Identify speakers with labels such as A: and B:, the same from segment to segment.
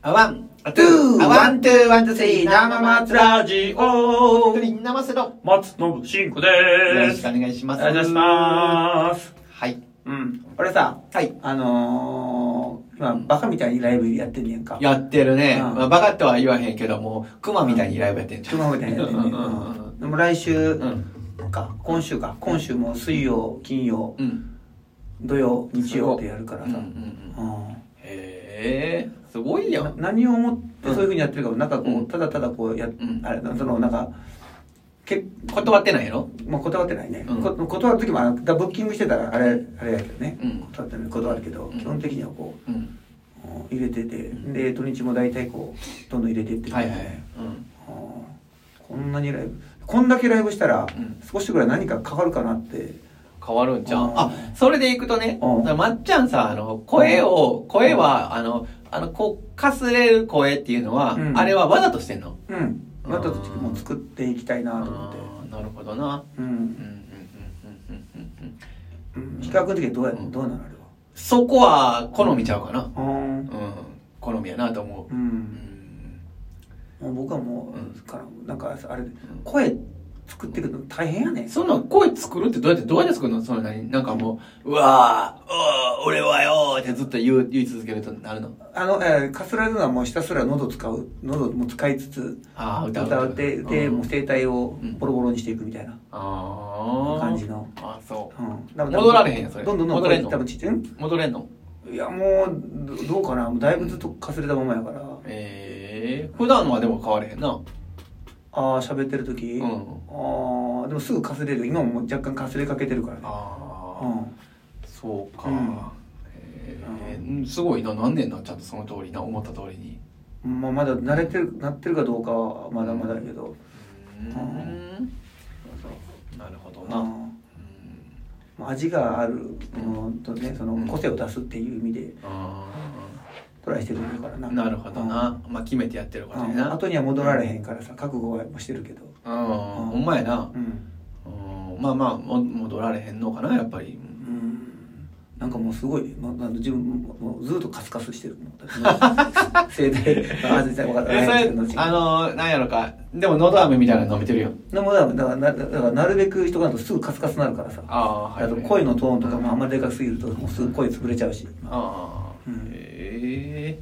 A: あワン、あ
B: トゥー
A: あワン、ツー、ワン、ツー、スリー、
B: 生
A: 生松
B: 松ラジオ
A: 本当に生瀬の。よ
B: 松信慎吾で
A: ろ
B: ー
A: し
B: す
A: くお願いしま
B: お
A: す。
B: 願いします
A: はい。
B: うん俺さ
A: はい。
B: あのー、今バカみたいにライブやってんねやんか
A: やってるね。
B: うん
A: まあ、バカとは言わへんけど、もう、クマみたいにライブやってんじゃん。
B: 熊みたいにやってんねん
A: うんうんう
B: うんでも来週
A: うん。
B: か今週か今週も水曜金曜
A: うん。
B: 土曜日曜ってやるから
A: うんうん
B: さ
A: う。
B: うんん
A: へえ、すごいや。
B: なん何を思ってそういうふうにやってるかもなんかこ
A: うん
B: うただただこうや
A: ん
B: あれそのなんかけ
A: 断ってないやろ
B: まあ、断ってないね、
A: うん
B: こ断る時もあのだブッキングしてたらあれあれやけどね、
A: うん
B: 断ってない断るけど、
A: うん
B: 基本的にはこ
A: うん。
B: ううん入れてて、で土日も大体こうどんどん入れていってる
A: はいはい。うん。
B: うんこんなにライブこんだけライブしたら、
A: うん
B: 少しぐらい何かかかるかなって
A: 変わるんじゃ。
B: うんん
A: あ、それでいくとね、
B: うん
A: まっちゃんさ、あの、声を、声は、あの、あの、こう、かすれる声っていうのは、
B: うん
A: あれはわざとしてんの
B: うんまた時も作っていきたいなと思って、
A: あーなるほどな。
B: う
A: うんうん
B: ん
A: うんうんうんうんうん
B: うん、比較の時はどうや、
A: うん
B: どうなのあれは
A: そこは好みちゃうかな。
B: うん、
A: うん。好みやなと思
B: う、
A: う。うんん。
B: もう僕はもう、
A: うん
B: からなんかあれ声作っていくの大変やね
A: そんな声作るってどうやって、どうやって作るのその何なんかもう、うわー、おー俺はよーってずっと言う、言い続けるとなるの。
B: あの、えー、かすられるのはもうひたすら喉使う喉も使いつつ
A: ああ、歌
B: 歌
A: う。
B: ってで、もう声帯を
A: うん
B: ボロボロにしていくみたいな
A: ああ。
B: 感じの、
A: あそ
B: うん、だから
A: 戻られへんやんそれ
B: どんどんどん
A: 戻
B: ど
A: れん
B: ん
A: の
B: 多分ちっちゃいん
A: う。戻れんの
B: いやもうどどうかなもうだいぶずっとかすれたままやから
A: ええー。普段のはでも変われへんな。
B: ああ喋ってる時、
A: う
B: あ
A: ん。
B: あでもすぐかすれる今も若干かすれかけてるからね
A: ああ。
B: う
A: そうか、
B: うん
A: えーうんすごいな何年なちゃんとその通りな思った通りに
B: ん、まあ、まだ慣れてるなってるかどうかはまだまだやけど、
A: うーんなるほど
B: うん
A: な、うん
B: まあ味があるものとねその
A: うん
B: 個性を出すっていう意味で
A: あ
B: トライしてるからな
A: ーなるほどな、まあ決めてやってるから
B: う
A: や
B: ん
A: な
B: 後には戻られへんからさ覚悟はもうしてるけど
A: うん、
B: うん
A: ほんまやな、
B: うん、
A: うん、まあまあも戻られへんのかなやっぱり
B: うん、なんかもうすごい、ま、なんか自分ももうずっとカスカスしてるも ん生体あ全然分かった
A: えそれあ
B: あの
A: のなんやろかでものど飴みたいなの飲めてるよ
B: でもだからだからなだからなるべく人がとすぐカスカスになるからさ
A: ああー
B: あと
A: はい
B: 声のトーンとかもあんまりでかすぎるともうすぐ声潰れちゃうし、うん
A: ああ、
B: うん
A: え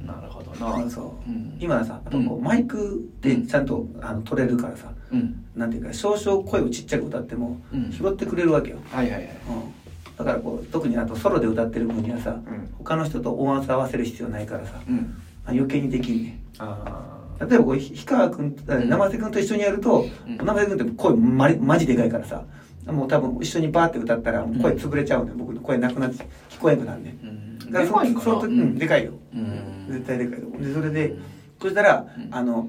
A: えなるほどな
B: そう
A: うん
B: 今さやっぱこう
A: う
B: マイクでちゃんとあの取れるからさ
A: うん
B: なんていうか少々声をちっちゃく歌っても
A: うん
B: 拾ってくれるわけよ、
A: はいはいはい
B: うん、だからこう特にあとソロで歌ってる分にはさ、
A: ん
B: 他の人と音圧合わせる必要ないからさ
A: うん
B: 余計にできんね
A: あ
B: 例えばこうひ氷川君あ
A: うん
B: 生瀬君と一緒にやると、
A: うん
B: 生瀬君って声マリマジでかいからさもう多分一緒にバーって歌ったらもう声
A: うん
B: 潰れちゃうね、僕の声なくなって聞こえなくなるね
A: うん
B: だからそのその時、うん、でかいよ、
A: うん
B: 絶対でかいよでそれでそしたら、
A: うん
B: あの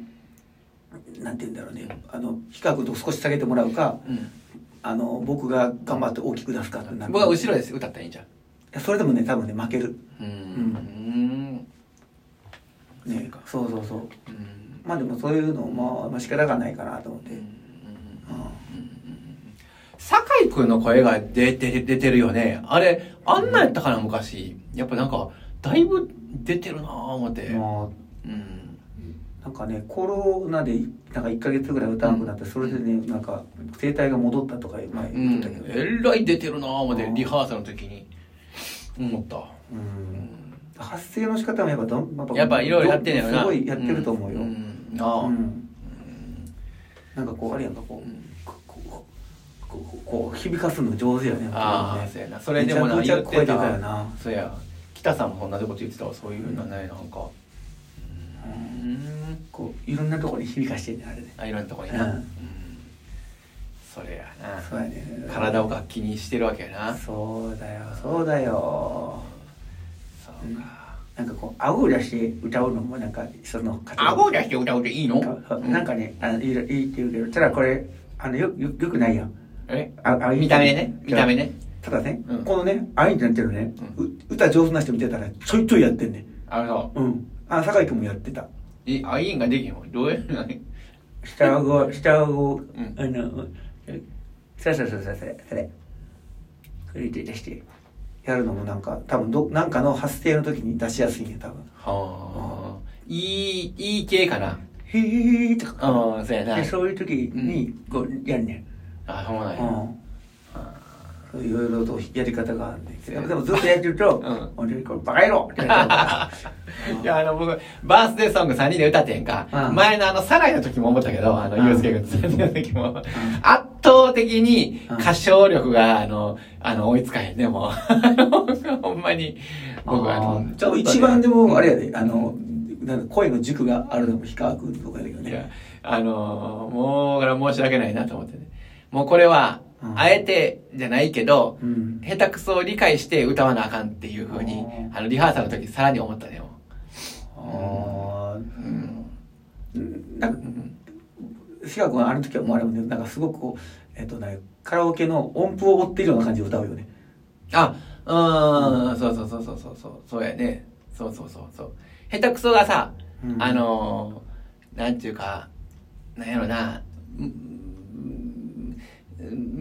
B: なんて言うんだろうねあの氷川君と少し下げてもらうかあの僕が頑張って大きく出すかってなる
A: 僕は後ろです歌ったらいいんじゃん
B: いやそれでもね多分ね負ける
A: うんうん
B: ねそうそうそう
A: うん
B: まあでもそういうのまあ、まあ、仕方がないかなと思って、
A: う
B: うんん
A: 酒井君の声が出て出てるよねあれあんなんやったかな昔やっぱなんかだいぶ出てるなぁ思って
B: ま
A: うん
B: あなんかねコロナでなんか1か月ぐらい歌わなくなって、それでねなんか声帯が戻ったとか前
A: う
B: 言っ
A: ん
B: てたけど、
A: えらい出てるなぁ思って
B: うん
A: リハーサルの時に思った
B: う
A: うんん
B: 発声の仕方もやっぱどんやっ
A: やっぱいろいろやってんや
B: ど
A: ろ
B: ん
A: な
B: すごいやってると思うよ、うん
A: んなあ
B: なんかこうあれやんかこう、
A: うん
B: こうこうこうこう響かすの上手やね
A: ああ
B: やっぱり
A: そ
B: ね
A: うやなそれでもな
B: めちゃ
A: 言
B: く
A: っ
B: ちゃ
A: て
B: 声でかい
A: た
B: よな
A: そうや北さんも同じこと言ってたわそういうのないなんかう
B: うん
A: ん
B: こういろんなところに響かしてんねあれね
A: あいろんなとこにな
B: うん
A: うんそれや
B: そうやね
A: な体を楽器にしてるわけやなそ
B: そうだよそうだよ
A: うか
B: なんかこう顎を出して歌うのもなんかその方
A: 顎を出して歌うでいいのうん
B: なんかねあいいらいいって言うけどただこれあのよよよくないやん
A: え
B: ああ
A: 見た目ね見た目ね
B: ただね、
A: うん
B: このねあいになってるね、
A: う
B: う歌上手な人見てたらちょいちょいやってんね
A: あの
B: うんあ酒井君もやってた
A: えあいいんができへんわどうやるの
B: 下顎下顎、
A: ん
B: あのえそうそうそうそうそれそれそれで出してやるのもなんか多分どなんかの発声の時に出しやすいね多分
A: はいい、いい系かな。
B: へーとか
A: うん、そうやな
B: で。そういう時にこうやるねん、
A: あ、そうなんや。
B: うん、いろいろとやり方があるんですよでもずっとやってると
A: うん
B: 「俺、これバカ野郎!」って言われ
A: いや、あの、僕、バースデーソング3人で歌ってんか。
B: うん
A: 前のあの、サライの時も思ったけど、あの、
B: うん
A: ユースケ君と3人の時も、圧倒的に歌唱力が、あの、あの、追いつかへんね、もう。 あのほんまに、 僕、あの、
B: ちょっと一番でもあれや
A: う
B: で
A: ん
B: あのなんか声の軸があるのも氷川君とかだけど
A: いや
B: ね、
A: あのーもう、これは申し訳ないなと思ってね。もうこれは
B: う、ん
A: あえてじゃないけど、
B: うん
A: 下手くそを理解して歌わなあかんっていうふうに
B: う、ん
A: あの、リハーサルの時さらに思ったね、も
B: あ
A: う。うん。
B: ーなんか氷川君はあの時はもうあれもねなんかすごくこうえっとねカラオケの音符を追っているような感じで歌うよね
A: あ、うーん、そうそうそうそうそうそう、そうやね。そうそうそうそう。下手くそがさ、
B: うん
A: あのーなんていうか、なんやろな、うんうん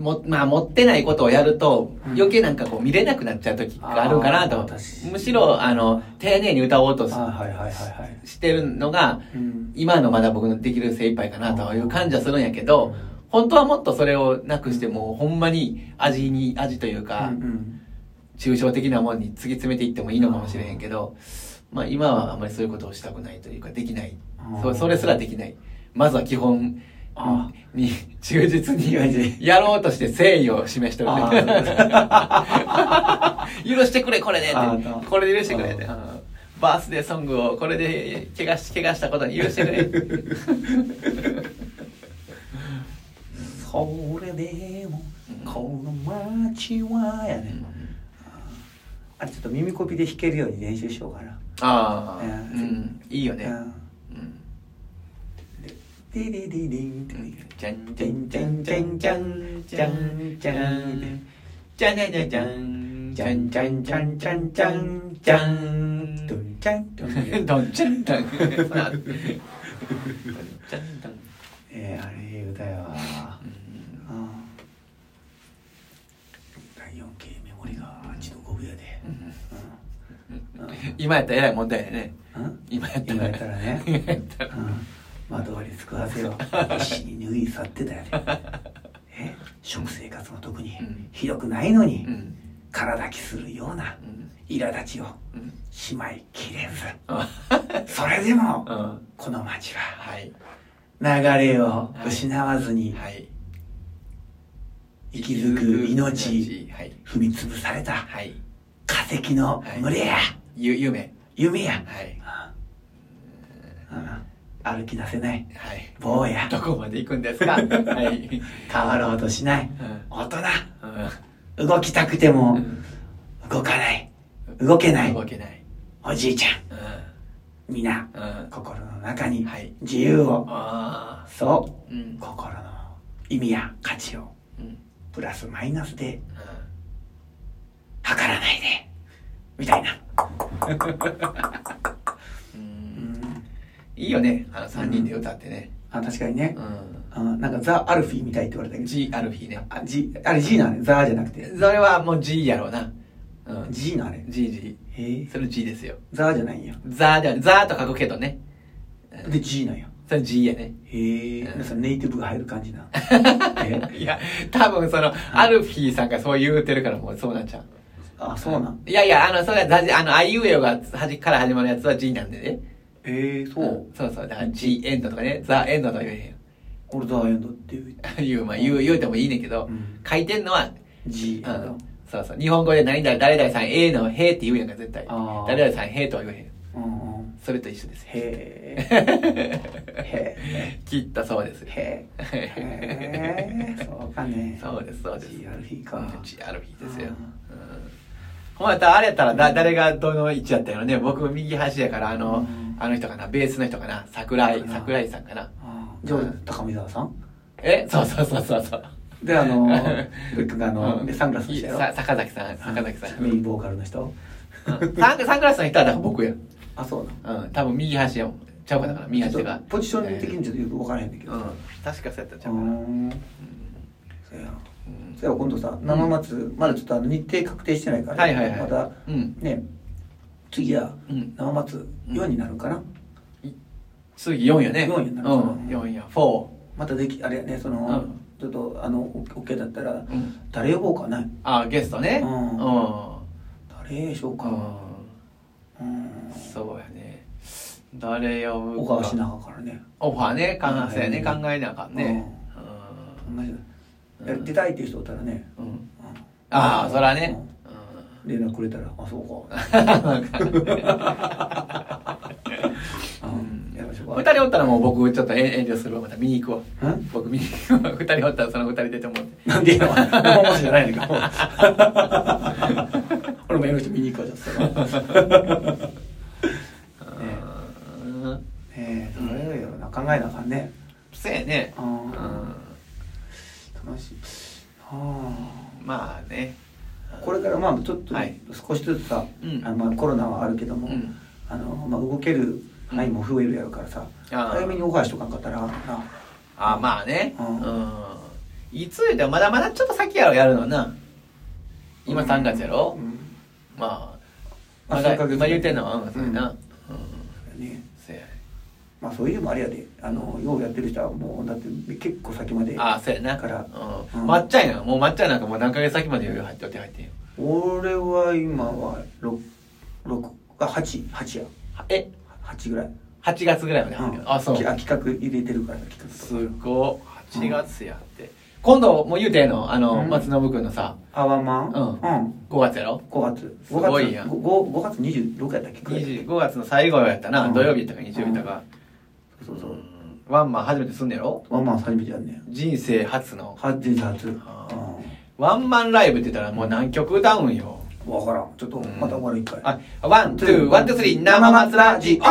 A: も、まあ、持ってないことをやると、
B: うん
A: 余計なんかこう見れなくなっちゃう時があるかなと
B: あー確か。に
A: むしろ、あの、丁寧に歌おうとし
B: あはいはいはいはい、
A: してるのが、
B: うん、
A: 今のまだ僕のできる精一杯かなという感じはするんやけど、本当はもっとそれをなくしても、ほんまに味に、味というか、
B: うんうん
A: 抽象的なもんに突き詰めていってもいいのかもしれへんけど、まあ今はあんまりそういうことをしたくないというか、できない。そそれすらできない。まずは基本
B: あ
A: に忠実に
B: いやいやい
A: やろうとして誠意を示 してる
B: あ
A: ね。許してくれ、これでって
B: あー
A: これで許してくれって。
B: あ
A: うんバースデーソングをこれで怪我し、怪我したことに許して くれ。
B: それでもこの街はやね、あれちょっと耳コピで弾けるように練習しようかな
A: ああ、う
B: いや
A: ん、いいよね。
B: う
A: うん
B: んディディディディンってね
A: じゃんじゃんじゃんじゃんじゃんじゃんじゃんじゃんじゃんじゃんじゃんじゃ
B: じゃん
A: ん
B: じ
A: じ
B: ゃ
A: ゃんじゃ
B: んじゃ
A: ん
B: ん
A: じ
B: じ
A: ゃ
B: ゃ
A: ん
B: ん
A: じゃんじ
B: じゃんじ
A: ゃ
B: ゃ
A: ん
B: んドンちゃんドン
A: どんちゃんだんどんちゃんだん
B: えーあれいい歌やわうん第四系メモリが自動五部やでうんうん
A: 今やったらえらい問題だね
B: うん
A: 今やったら
B: 今やったらね
A: 今 やったら
B: うん窓割り救 わせよ死に脱ぎ去ってたよねえ食生活も特に
A: うん
B: ひどくないのに、
A: うん
B: 体きするような
A: うん
B: 苛立ちを
A: うん
B: しまいきれず
A: あ
B: それでも
A: うん
B: この街は
A: はい
B: 流れを失わずに
A: はい
B: 息づく命
A: はい
B: 踏みつぶされた
A: はい
B: 化石の群れや
A: ゆ夢
B: 夢や、
A: はい
B: うん歩き出せない
A: はい
B: 棒や
A: どこまで行くんですかはい
B: 変わろうとしない大人
A: う
B: 動きたくても動かない動けない
A: 動けない
B: おじいちゃん
A: う
B: 皆
A: んうん
B: 心の中に
A: はい
B: 自由を、
A: ああ
B: そ
A: う
B: う
A: ん
B: 心の意味や価値を
A: うん
B: プラスマイナスで
A: うん
B: 測らないでみたいな、
A: う
B: うんん、
A: いいよね、あの3人で歌ってね。
B: あ確かにね
A: う、ん。
B: あなんかザ・アルフィーみたいって言われたけど
A: G アルフィーね。
B: あ G あれ G なのねザじゃなくて
A: それはもう G やろうな。うん。
B: G なのね
A: G、G。
B: へえ
A: それ G ですよ。
B: ザじゃないんや
A: ザーでは、ザーと書くけどね。うん
B: で G なんや
A: それ G やね。
B: へえ、
A: うん
B: それネイティブが入る感じなえ
A: いや、多分その、アルフィーさんがそう言うてるからもうそうなっちゃう。
B: あそうなん
A: いやいや、あの、それはザジ、あの、あいうえおが端から始まるやつは G なんでね。
B: ええそう、
A: んそうそう。だから G エンドとかね、ザエンドとか言えへんよ。
B: 俺ザ・エンドっていう、
A: 言う、まあ言う、言うてもいいねんけど、
B: うん
A: 書いてんのは
B: G
A: う
B: エンド
A: ん、そうそう日本語で何々誰々さん A の「へ」って言うやんか絶対
B: あー
A: 誰々さん「へ」とは言えへん
B: うんうん
A: それと一緒です
B: へえ
A: きっとそうです
B: へえへえへえそうかね
A: そうですそうです
B: ジアルフィーか
A: G アルフィーですよう
B: あー
A: んほんまやったらあれやったらだ誰がどの位置やったんやろね僕右端やからあの
B: うん
A: あの人かなベースの人かな桜井桜井さんかな
B: あーじゃあ高見沢さん
A: えそうそうそうそうそう
B: で あのルックがあの、
A: うん
B: でサングラスの人やろ
A: さ坂崎さん坂崎さ ん
B: メ
A: う
B: イン
A: ん
B: ボーカルの人
A: サンサングラスの人はだから僕や
B: あそうなの
A: うん多分右端やもんちゃうかだから右端
B: ちょっ
A: が
B: とポジション的にちょっとよく分からへんだけど、
A: うん確かそうやったんちゃう
B: う
A: かな
B: ーんそ
A: う
B: うや
A: ん
B: そうや今度さ生松、まだちょっとあの日程確定してないから、
A: はいはいはい
B: また
A: うん
B: ね次は
A: うん
B: 生松
A: うん
B: 4になるかな、
A: 4次4やね。
B: 四やな
A: うん、4や。4。
B: またできあれやねその、
A: うん
B: ちょっとあのオッケーだったら
A: うん。
B: 誰呼ぼうかね
A: あ、ゲストね。
B: う
A: うんん。
B: 誰でしょうか、うん
A: うん、そうやね。誰呼ぶ
B: 小川しながからね
A: オファーね、考
B: うん
A: え、そうやね、考えなあかんね。
B: マジで
A: うん
B: や出たいっていう人おったらね、
A: うん。うんああ、そらね。
B: うん、連絡くれたらあそう か、うん、やりましょうか
A: 二人おったらもう僕ちょっと遠慮するわ、また見に行くわ。
B: ん
A: 僕見に行くわ。二人おったらその二人でと思って。
B: なんでやろ本物じゃないのか 俺もやる人見に行くわじゃあそしたらね
A: うん。
B: えどれやろな考えなあかんね
A: そうやね。
B: う
A: うんん。
B: 楽しいあ
A: まあね。
B: あこれからまあちょっと
A: はい
B: 少しずつさ、
A: うん
B: あのまあコロナはあるけども、
A: うん
B: あのまあ、動ける範囲も増えるやろからさ、
A: うんあー
B: 早めにオファーしとかんかったらな
A: あまあね
B: う
A: うんん、いつ言うてもまだまだちょっと先やろやるのな今3月やろ、
B: うん
A: まあ
B: まあ
A: まだ
B: 3ヶ月
A: 今言うてんのはうんそうやな
B: う
A: うん
B: ん、ね
A: そうや
B: まあそういうのもあれやであのようやってる人はもうだって結構先まで
A: あそうやな
B: だから
A: うん
B: うん
A: 抹茶やなもう抹茶なんかもう何ヶ月先まで余裕入って予定入ってんよ
B: 俺は今は六六あ八八や
A: はえ
B: 八ぐらい、
A: 8月ぐらいまで入って
B: う
A: る、
B: ん
A: あそう
B: きあ企画入れてるから企画
A: すごい8月やって、今度もう言うてんのあの、
B: うん
A: 松信君のさ
B: アワマン
A: うん
B: うん
A: 5月やろ
B: 5月
A: す
B: 5
A: ごい
B: 月
A: やん
B: 五五月26やったっけ
A: 20 5月の最後やったな、
B: うん
A: 土曜日とか日曜日とか、
B: そうそうそう
A: ワンマン初めてすんのやろ
B: ワンマン初めてやんね
A: 人生初の
B: 初人生初うん
A: あワンマンライブって言ったらもう南極ダウンよ。
B: 分からんちょっとまた終わる一回
A: あ、ワン、ツー、ワン、ツー、スリー、生松ラジオ